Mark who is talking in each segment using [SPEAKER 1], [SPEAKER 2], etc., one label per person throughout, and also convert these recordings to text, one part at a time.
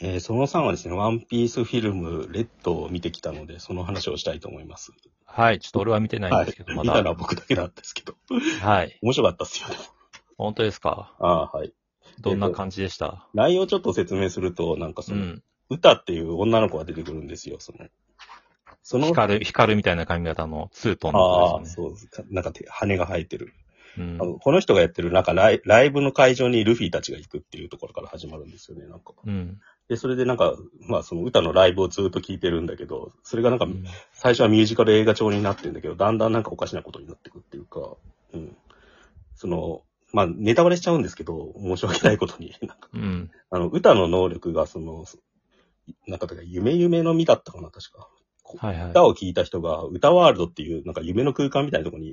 [SPEAKER 1] えーその3はですね、ワンピースフィルム、レッドを見てきたので、その話をしたいと思います。
[SPEAKER 2] はい。ちょっと俺は見てないんですけど、
[SPEAKER 1] は
[SPEAKER 2] ま
[SPEAKER 1] い、見たの
[SPEAKER 2] だ。
[SPEAKER 1] は僕だけなんですけど。
[SPEAKER 2] はい。
[SPEAKER 1] 面白かったっす よね。
[SPEAKER 2] 本当ですか
[SPEAKER 1] ああ、はい。
[SPEAKER 2] どんな感じでした
[SPEAKER 1] 内容をちょっと説明すると、なんか
[SPEAKER 2] う
[SPEAKER 1] その、
[SPEAKER 2] ん。
[SPEAKER 1] 歌っていう女の子が出てくるんですよ、その。その、
[SPEAKER 2] 光る、光るみたいな髪型のツートン
[SPEAKER 1] あ
[SPEAKER 2] の
[SPEAKER 1] あ、
[SPEAKER 2] 子ですよね。
[SPEAKER 1] そうですか、なんか手羽が生えてる。
[SPEAKER 2] うん
[SPEAKER 1] あのこの人がやってる、なんかライライブの会場にルフィたちが行くっていうところから始まるんですよね、なんか。
[SPEAKER 2] うん。
[SPEAKER 1] で、それでなんか、まあその歌のライブをずっと聴いてるんだけど、それがなんか
[SPEAKER 2] う、ん
[SPEAKER 1] 最初はミュージカル映画調になってるんだけど、だんだんなんかおかしなことになってくっていうか、うん。その、まあネタバレしちゃうんですけど、申し訳ないことに、 なんか、
[SPEAKER 2] うん。
[SPEAKER 1] あの、歌の能力がその、なんか、夢夢の実だったかな、確か。
[SPEAKER 2] はいはい。
[SPEAKER 1] 歌を聴いた人が、歌ワールドっていう、なんか夢の空間みたいなところに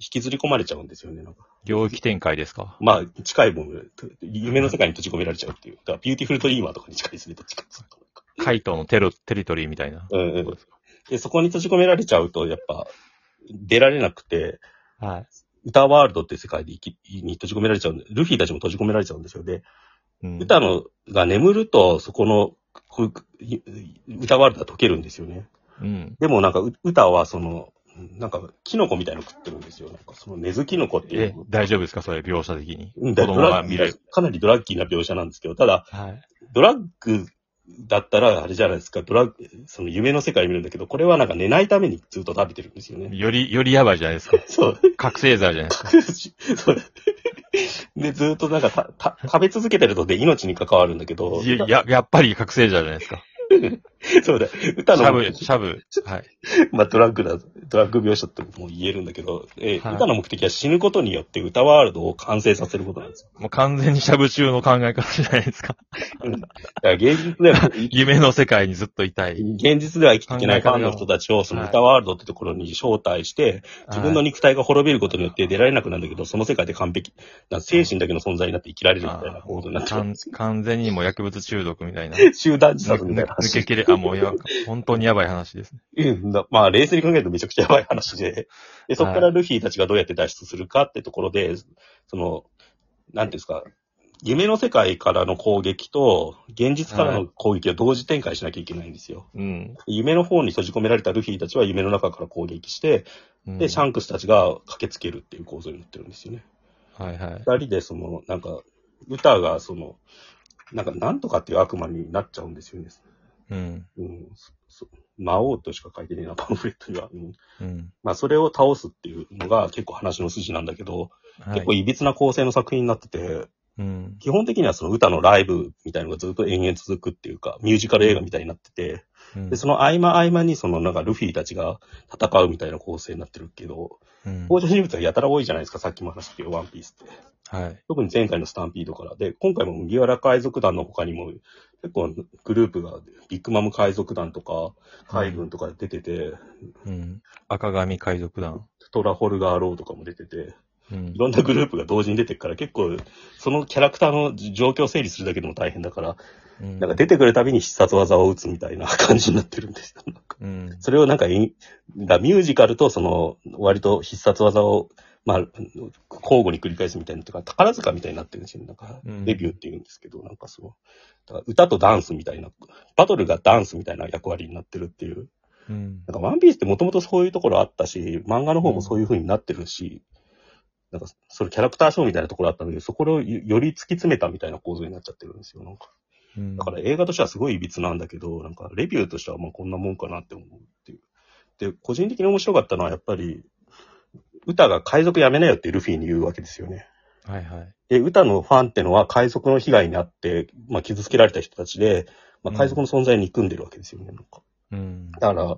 [SPEAKER 1] 引きずり込まれちゃうんですよね、なんか。
[SPEAKER 2] 領域展開ですか
[SPEAKER 1] まあ、近いもん、夢の世界に閉じ込められちゃうっていう。だから、ビューティフルドリーマーとかに近いですね、どっちかっていうと
[SPEAKER 2] カイトのテロ、テリトリーみたいな。
[SPEAKER 1] うんう。
[SPEAKER 2] そうんですか
[SPEAKER 1] で、そこに閉じ込められちゃうと、やっぱ、出られなくて、
[SPEAKER 2] はい。
[SPEAKER 1] 歌ワールドって世界で生きに閉じ込められちゃうんで、ルフィたちも閉じ込められちゃうんですよ。で、
[SPEAKER 2] うん
[SPEAKER 1] 歌のが眠ると、そこの、こうい歌ワールドが溶けるんですよね。
[SPEAKER 2] うん。
[SPEAKER 1] でもなんか、う歌はその、なんか、キノコみたいなの食ってるんですよ。なんか、その根付キノコってい
[SPEAKER 2] え
[SPEAKER 1] う、。
[SPEAKER 2] 大丈夫ですかそれ、描写的に。
[SPEAKER 1] うん
[SPEAKER 2] 子
[SPEAKER 1] だか
[SPEAKER 2] 供
[SPEAKER 1] ら
[SPEAKER 2] が見れる。
[SPEAKER 1] かなりドラッキーな描写なんですけど、ただ、
[SPEAKER 2] はい。
[SPEAKER 1] ドラッグだったら、あれじゃないですか、ドラッグ、その夢の世界見るんだけど、これはなんか寝ないためにずっと食べてるんですよ ね。
[SPEAKER 2] より、よりやばいじゃない ですか。
[SPEAKER 1] そう。
[SPEAKER 2] 覚醒剤じゃないですか。
[SPEAKER 1] そう で、ずっとなんかたた食べ続けてるとで命に関わるんだけど、
[SPEAKER 2] いや、やっぱり覚醒剤じゃないですか。
[SPEAKER 1] そうだ、
[SPEAKER 2] シ
[SPEAKER 1] 歌
[SPEAKER 2] ャ
[SPEAKER 1] の
[SPEAKER 2] ブ、、シャブ。はい。
[SPEAKER 1] まあドラッグだ、ドラッグ描写ってもう言えるんだけど、えー
[SPEAKER 2] はい
[SPEAKER 1] 歌の目的は死ぬことによって歌ワールドを完成させることなんですよ。
[SPEAKER 2] もう完全にシャブ中の考え方じゃないですか。
[SPEAKER 1] だから 現実では、
[SPEAKER 2] 夢の世界にずっといたい。
[SPEAKER 1] 現実では生きていけないファンの人たちを、その歌ワールドってところに招待して、自分の肉体が滅びることによって出られなくなるんだけど、その世界で完璧な精神だけの存在になって生きられるみたいな行動になって
[SPEAKER 2] か
[SPEAKER 1] る
[SPEAKER 2] ん完全にもう薬物中毒みた いな。
[SPEAKER 1] 集団自殺みたいな
[SPEAKER 2] 抜け
[SPEAKER 1] 話。
[SPEAKER 2] きれ、あ、もうやば、本当にやばい話ですね。
[SPEAKER 1] うんだまあ、冷静に考えるとめちゃくちゃやばい話 で、でそこから
[SPEAKER 2] は
[SPEAKER 1] ルフィたちがどうやって脱出するかってところで、その、なんていうんですか、夢の世界からの攻撃と、現実からの攻撃を同時展開しなきゃいけないんですよ。
[SPEAKER 2] うん。
[SPEAKER 1] 夢の方に閉じ込められたルフィたちは夢の中から攻撃して、
[SPEAKER 2] うん
[SPEAKER 1] で、シャンクスたちが駆けつけるっていう構造になってるんですよね。
[SPEAKER 2] はいはい。
[SPEAKER 1] 二人でその、なんか、歌がその、なんか、なんとかっていう悪魔になっちゃうんですよね。
[SPEAKER 2] うん。
[SPEAKER 1] うん。そそ魔王としか書いてねえな、パンフレットには。うん、
[SPEAKER 2] うん。
[SPEAKER 1] まあ、それを倒すっていうのが結構話の筋なんだけど、
[SPEAKER 2] は
[SPEAKER 1] 結構
[SPEAKER 2] い。
[SPEAKER 1] いびつな構成の作品になってて、
[SPEAKER 2] うん。
[SPEAKER 1] 基本的にはその歌のライブみたいなのがずっと延々続くっていうか、ミュージカル映画みたいになってて、
[SPEAKER 2] うん
[SPEAKER 1] で、その合間合間にそのなんかルフィたちが戦うみたいな構成になってるけど、
[SPEAKER 2] うん
[SPEAKER 1] 登場人物がやたら多いじゃないですか、さっきも話したけど、ワンピースって。
[SPEAKER 2] はい。
[SPEAKER 1] 特に前回のスタンピードから。で、今回も麦わら海賊団の他にも、結構グループが、ビッグマム海賊団とか、海軍とか出てて、
[SPEAKER 2] うん。赤髪海賊団。
[SPEAKER 1] トラホルガーローとかも出てて、
[SPEAKER 2] うん
[SPEAKER 1] い。ろんなグループが同時に出てくから、結構、そのキャラクターの状況を整理するだけでも大変だから、
[SPEAKER 2] うん
[SPEAKER 1] なんか出てくるたびに必殺技を打つみたいな感じになってるんですよ。 なんか
[SPEAKER 2] うん。
[SPEAKER 1] それをなんかイン、だミュージカルとその、割と必殺技を、まあ、交互に繰り返すみたいな、とか、宝塚みたいになってるんですよね。なんか、
[SPEAKER 2] うん
[SPEAKER 1] レビューって言うんですけど、なんかその、だから歌とダンスみたいな、バトルがダンスみたいな役割になってるっていう。
[SPEAKER 2] うん。
[SPEAKER 1] なんか、ワンピースってもともとそういうところあったし、漫画の方もそういう風になってるし、なんか、それキャラクターショーみたいなところあったんだけど、そこをよより突き詰めたみたいな構造になっちゃってるんですよ。なんか、
[SPEAKER 2] うん
[SPEAKER 1] だから映画としてはすごい歪なんだけど、なんかレビューとしてはまあこんなもんかなって思うっていう。で、個人的に面白かったのはやっぱり、歌が海賊やめなよってルフィに言うわけですよね。
[SPEAKER 2] はいはい。
[SPEAKER 1] で、歌のファンってのは海賊の被害にあって、まあ傷つけられた人たちで、まあ海賊の存在に憎んでるわけですよね。なんか
[SPEAKER 2] うん。
[SPEAKER 1] だから、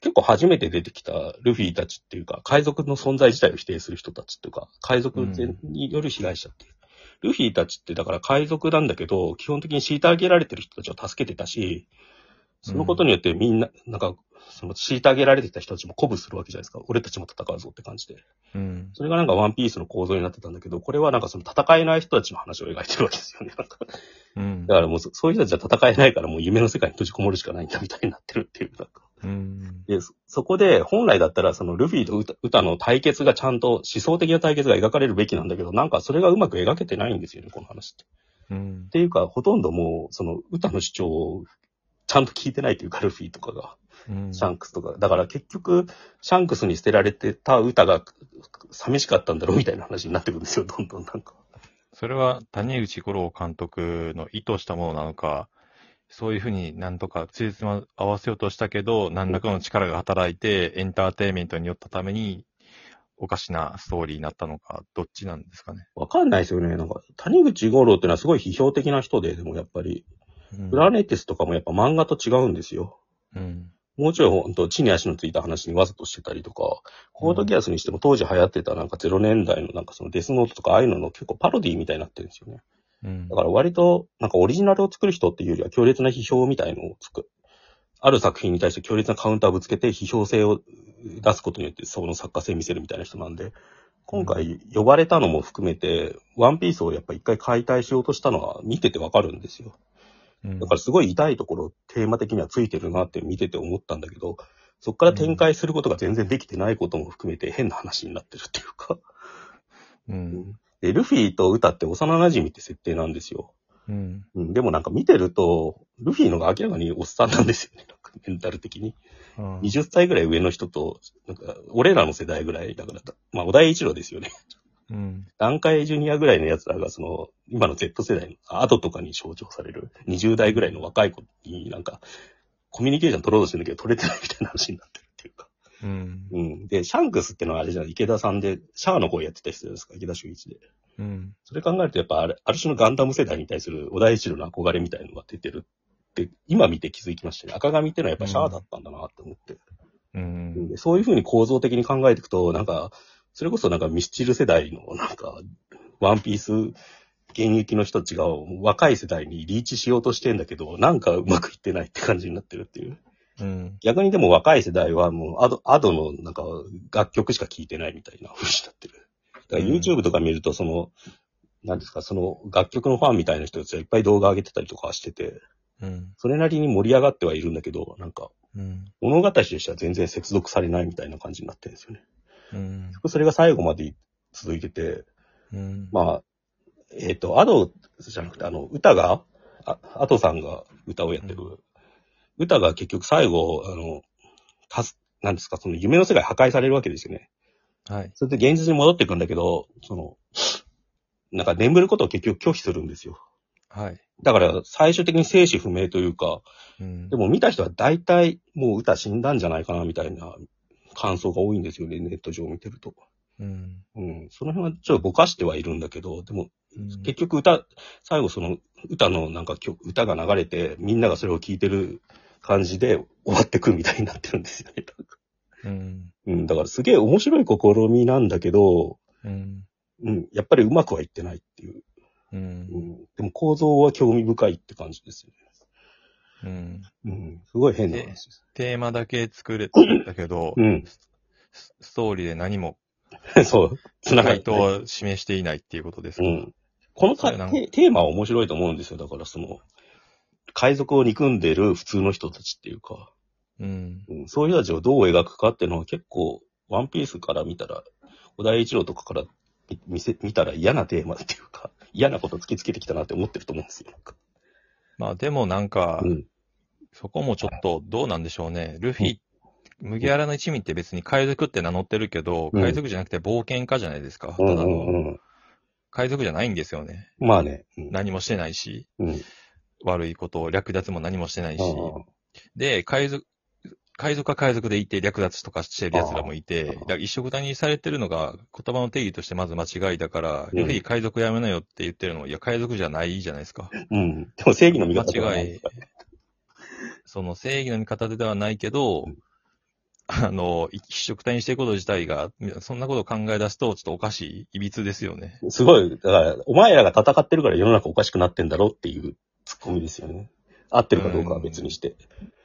[SPEAKER 1] 結構初めて出てきたルフィたちっていうか、海賊の存在自体を否定する人たちっていうか、海賊全による被害者っていう。ルフィたちってだから海賊なんだけど、基本的に虐げられてる人たちを助けてたし、そのことによってみんな、なんか、その虐げられてた人たちも鼓舞するわけじゃないですか。俺たちも戦うぞって感じで。
[SPEAKER 2] うん。
[SPEAKER 1] それがなんかワンピースの構造になってたんだけど、これはなんかその戦えない人たちの話を描いてるわけですよね。なんか
[SPEAKER 2] うん
[SPEAKER 1] だ。からもうそそういう人たちは戦えないからもう夢の世界に閉じこもるしかないんだみたいになってるっていう。なんか
[SPEAKER 2] うん。
[SPEAKER 1] で、そそこで、本来だったら、そのルフィと歌歌の対決がちゃんと、思想的な対決が描かれるべきなんだけど、なんかそれがうまく描けてないんですよね、この話って。
[SPEAKER 2] ううん
[SPEAKER 1] ていうか、ほとんどもう、その、歌の主張をちゃんと聞いてないというか、ルフィとかが、
[SPEAKER 2] うん
[SPEAKER 1] シャンクスとか。だから結局、シャンクスに捨てられてた歌が寂しかったんだろうみたいな話になってくるんですよ、どんどんなんか。
[SPEAKER 2] それは谷口五郎監督の意図したものなのか、そういうふうになんとかついつま合わせようとしたけど、何らかの力が働いてエンターテインメントによったために、おかしなストーリーになったのか、どっちなんですかね。
[SPEAKER 1] わかんないですよね。なんか、谷口五郎ってのはすごい批評的な人で、でもやっぱり、プラネテスとかもやっぱ漫画と違うんですよ。
[SPEAKER 2] うん。
[SPEAKER 1] もうちょいほんと地に足のついた話にわざとしてたりとか、コードギアスにしても当時流行ってたなんか0年代のなんかそのデスノートとかああいうのの結構パロディみたいになってるんですよね。
[SPEAKER 2] うん
[SPEAKER 1] だから割となんかオリジナルを作る人っていうよりは強烈な批評みたいのを作る。ある作品に対して強烈なカウンターをぶつけて批評性を出すことによってその作家性を見せるみたいな人なんで、今回呼ばれたのも含めて、ワンピースをやっぱ一回解体しようとしたのは見ててわかるんですよ。
[SPEAKER 2] うん
[SPEAKER 1] だからすごい痛いところ、テーマ的にはついてるなって見てて思ったんだけど、そこから展開することが全然できてないことも含めて変な話になってるっていうか。
[SPEAKER 2] うん。
[SPEAKER 1] で、ルフィと歌って幼馴染って設定なんですよ。
[SPEAKER 2] うん。
[SPEAKER 1] うん、でもなんか見てると、ルフィのが明らかにおっさんなんですよね。なんかメンタル的に。
[SPEAKER 2] うん
[SPEAKER 1] 20歳ぐらい上の人と、なんか、俺らの世代ぐらいだから、まあ、小田栄一郎ですよね。
[SPEAKER 2] うん。
[SPEAKER 1] 段階ジュニアぐらいの奴らが、その、今の Z 世代の後とかに象徴される、20代ぐらいの若い子になんか、コミュニケーション取ろうとしてるんだけど、取れてないみたいな話になってるっていうか。
[SPEAKER 2] うん。
[SPEAKER 1] うん。で、シャンクスってのはあれじゃん、池田さんで、シャアの声やってた人ですか、池田修一で。
[SPEAKER 2] うん。
[SPEAKER 1] それ考えると、やっぱあれ、ある種のガンダム世代に対する小田栄一郎の憧れみたいのが出てるって、今見て気づきましたね。赤髪ってのはやっぱシャアだったんだなって思って。
[SPEAKER 2] う
[SPEAKER 1] うん
[SPEAKER 2] ん。
[SPEAKER 1] でそういうふうに構造的に考えていくと、なんか、それこそなんかミスチル世代の、なんか、ワンピース現役の人たちが若い世代にリーチしようとしてんだけど、なんかうまくいってないって感じになってるっていう。
[SPEAKER 2] うん。
[SPEAKER 1] 逆にでも若い世代はもうアド、アドのなんか楽曲しか聴いてないみたいな風になってる。だから YouTube とか見ると、その、なんですか、その楽曲のファンみたいな人たちがいっぱい動画上げてたりとかしてて、
[SPEAKER 2] うん。
[SPEAKER 1] それなりに盛り上がってはいるんだけど、なんか
[SPEAKER 2] うん。
[SPEAKER 1] 物語としては全然接続されないみたいな感じになってるんですよね。
[SPEAKER 2] うん。
[SPEAKER 1] それが最後まで続いてて、
[SPEAKER 2] うん。
[SPEAKER 1] まあ、えっ、と、アドじゃなくて、あの、歌が、あアドさんが歌をやってる。
[SPEAKER 2] う
[SPEAKER 1] 歌が結局最後、あの、たす、なんですか、その夢の世界破壊されるわけですよね。
[SPEAKER 2] はい。
[SPEAKER 1] それで現実に戻ってくんだけど、その、なんか眠ることを結局拒否するんですよ。
[SPEAKER 2] はい。
[SPEAKER 1] だから最終的に生死不明というか、
[SPEAKER 2] うん
[SPEAKER 1] で。も見た人は大体もう歌死んだんじゃないかなみたいな感想が多いんですよね、ネット上見てると。
[SPEAKER 2] うん。
[SPEAKER 1] うん、その辺はちょっとぼかしてはいるんだけど、でも
[SPEAKER 2] うん
[SPEAKER 1] 結局歌、最後その歌のなんか曲、歌が流れて、みんながそれを聴いてる感じで終わってくみたいになってるんですよね。
[SPEAKER 2] うん。
[SPEAKER 1] うん、だからすげえ面白い試みなんだけど、
[SPEAKER 2] うん。
[SPEAKER 1] うん、やっぱりうまくはいってないっていう。
[SPEAKER 2] うん
[SPEAKER 1] う。ん、でも構造は興味深いって感じですよ
[SPEAKER 2] う
[SPEAKER 1] ね。
[SPEAKER 2] ん。
[SPEAKER 1] うん、すごい変な話です。
[SPEAKER 2] テーマだけ作れたけど
[SPEAKER 1] う、ん、
[SPEAKER 2] スストーリーで何も
[SPEAKER 1] そう、つなが
[SPEAKER 2] 回
[SPEAKER 1] り
[SPEAKER 2] 答を示していないっていうことです
[SPEAKER 1] う
[SPEAKER 2] か。
[SPEAKER 1] ん。この
[SPEAKER 2] そ
[SPEAKER 1] か
[SPEAKER 2] れなん
[SPEAKER 1] テテーマは面白いと思うんですよ。だからその、海賊を憎んでる普通の人たちっていうか、
[SPEAKER 2] うん。
[SPEAKER 1] うん、そういう人たちをどう描くかっていうのは結構、ワンピースから見たら、小田栄一郎とかから見見せ見たら嫌なテーマっていうか、 嫌なこと突きつけてきたなって思ってると思うんですよ。なんか
[SPEAKER 2] まあでもなんか
[SPEAKER 1] う、ん。
[SPEAKER 2] そこもちょっとどうなんでしょうね。ルフィ、麦わらの一味って別に海賊って名乗ってるけど、
[SPEAKER 1] うん
[SPEAKER 2] 海賊じゃなくて冒険家じゃないですか。た
[SPEAKER 1] うん
[SPEAKER 2] だ
[SPEAKER 1] う
[SPEAKER 2] の、
[SPEAKER 1] んうん。
[SPEAKER 2] 海賊じゃないんですよね。
[SPEAKER 1] まあね。うん。
[SPEAKER 2] 何もしてないし、
[SPEAKER 1] うん。
[SPEAKER 2] 悪いこと、略奪も何もしてないし。
[SPEAKER 1] あ
[SPEAKER 2] で、海賊、海賊は海賊でいて、略奪とかしてる奴らもいて、
[SPEAKER 1] あ
[SPEAKER 2] だ
[SPEAKER 1] ー
[SPEAKER 2] から一緒くたにされてるのが言葉の定義としてまず間違いだから、
[SPEAKER 1] うん
[SPEAKER 2] ルフィ海賊やめなよって言ってるのも、いや、海賊じゃないじゃないですか。
[SPEAKER 1] あうん。でも正義の味方ではな
[SPEAKER 2] 間違
[SPEAKER 1] い
[SPEAKER 2] い。。その正義の味方ではないけど
[SPEAKER 1] うん、
[SPEAKER 2] あの、一緒くたにしてること自体が、そんなことを考え出すと、ちょっとおかしい、いびつですよね。
[SPEAKER 1] すごい、だから、お前らが戦ってるから世の中おかしくなってんだろっていうツッコミですよね。合ってるかどうかは別にして。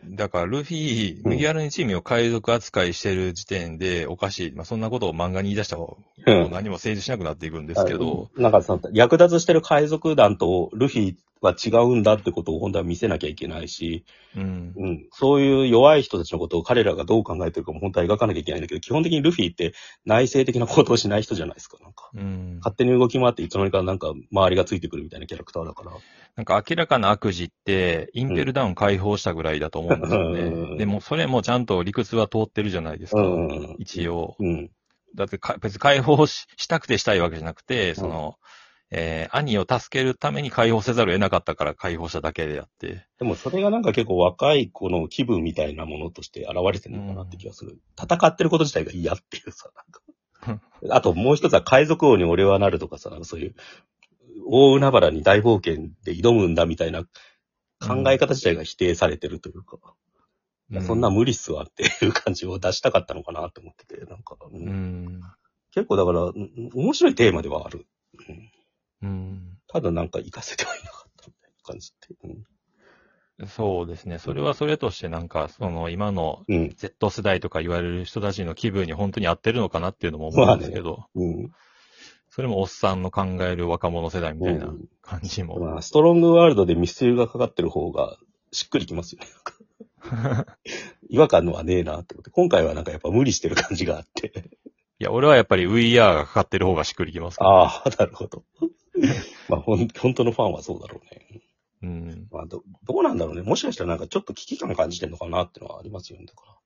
[SPEAKER 2] だから、ルフィ、
[SPEAKER 1] うん
[SPEAKER 2] 麦わらのチームを海賊扱いしてる時点でおかしい。まあ、そんなことを漫画に言い出した方
[SPEAKER 1] う
[SPEAKER 2] もう何も成立しなくなっていくんですけど、
[SPEAKER 1] あのなんかその、略奪してる海賊団とルフィが違うんだってことを本当は見せなきゃいけないし、
[SPEAKER 2] うん。
[SPEAKER 1] うん、そういう弱い人たちのことを彼らがどう考えてるかも本当は描かなきゃいけないんだけど、基本的にルフィって内省的な行動をしない人じゃないですか、なんか。
[SPEAKER 2] うん。
[SPEAKER 1] 勝手に動き回っていつの間にかなんか周りがついてくるみたいなキャラクターだから。
[SPEAKER 2] なんか明らかな悪事って、インペルダウン解放したぐらいだと思うんですよね。
[SPEAKER 1] うん
[SPEAKER 2] でもそれもちゃんと理屈は通ってるじゃないですか。
[SPEAKER 1] うん
[SPEAKER 2] 一応。
[SPEAKER 1] うん。
[SPEAKER 2] だってか別に解放ししたくてしたいわけじゃなくて、その、えー兄を助けるために解放せざるを得なかったから解放しただけであって。
[SPEAKER 1] でもそれがなんか結構若い子の気分みたいなものとして現れてるのかなって気がする。戦ってること自体が嫌っていうさ、なんか。 あともう一つは海賊王に俺はなるとかさ、なんかそういう、大海原に大冒険で挑むんだみたいな考え方自体が否定されてるというか、いやそんな無理っすわっていう感じを出したかったのかなと思ってて、なんか、う
[SPEAKER 2] うんん。
[SPEAKER 1] 結構だから、うん面白いテーマではある。
[SPEAKER 2] うん。
[SPEAKER 1] ただなんか活かせてはいなかったみたいな感じって。うん
[SPEAKER 2] そうですね。それはそれとしてなんか、その今の
[SPEAKER 1] うん。
[SPEAKER 2] Z 世代とか言われる人たちの気分に本当に合ってるのかなっていうのも思うんですけど、
[SPEAKER 1] うん。
[SPEAKER 2] それもおっさんの考える若者世代みたいな
[SPEAKER 1] うん
[SPEAKER 2] 感じも。
[SPEAKER 1] まあ、ストロングワールドでミスチルがかかってる方がしっくりきますよね。なんか 違和感のはねえなってこと。今回はなんかやっぱ無理してる感じがあって。
[SPEAKER 2] いや、俺はやっぱり VR がかかってる方がしっくりきますけど。
[SPEAKER 1] ああ、なるほど。 まあ、ほん、本当のファンはそうだろうね。
[SPEAKER 2] うん。
[SPEAKER 1] まあ、ど、どうなんだろうね。もしかしたらなんかちょっと危機感感じてるのかなってのはありますよね。だか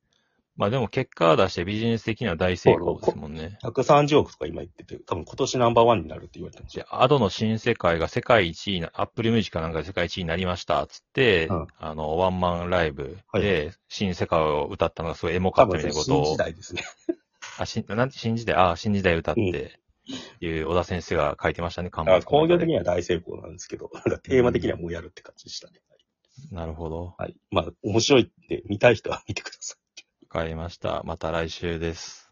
[SPEAKER 2] まあでも結果は出してビジネス的には大成功ですもんね。
[SPEAKER 1] ら。130億とか今言ってて、多分今年ナンバーワンになるって言われてます
[SPEAKER 2] じ
[SPEAKER 1] よ。
[SPEAKER 2] ゃあ、アドの新世界が世界一位な、アップルミュージックなんかで世界一位になりました、つって、
[SPEAKER 1] うん
[SPEAKER 2] あの、ワンマンライブ
[SPEAKER 1] は
[SPEAKER 2] で、新世界を歌ったのがすごいエモか
[SPEAKER 1] 多
[SPEAKER 2] ったみ
[SPEAKER 1] 分
[SPEAKER 2] た
[SPEAKER 1] ね、
[SPEAKER 2] いなこと
[SPEAKER 1] 新
[SPEAKER 2] を
[SPEAKER 1] 時、代ですね。
[SPEAKER 2] あ、新、なんて新時代、あ、新時代歌って、いう小田先生が書いてましたね、看
[SPEAKER 1] だから
[SPEAKER 2] 板
[SPEAKER 1] 工業的には大成功なんですけど、なんかテーマ的にはもうやるって感じでしたね。
[SPEAKER 2] なるほど。
[SPEAKER 1] はい。まあ、面白いって見たい人は見てください。
[SPEAKER 2] わかりました。また来週です。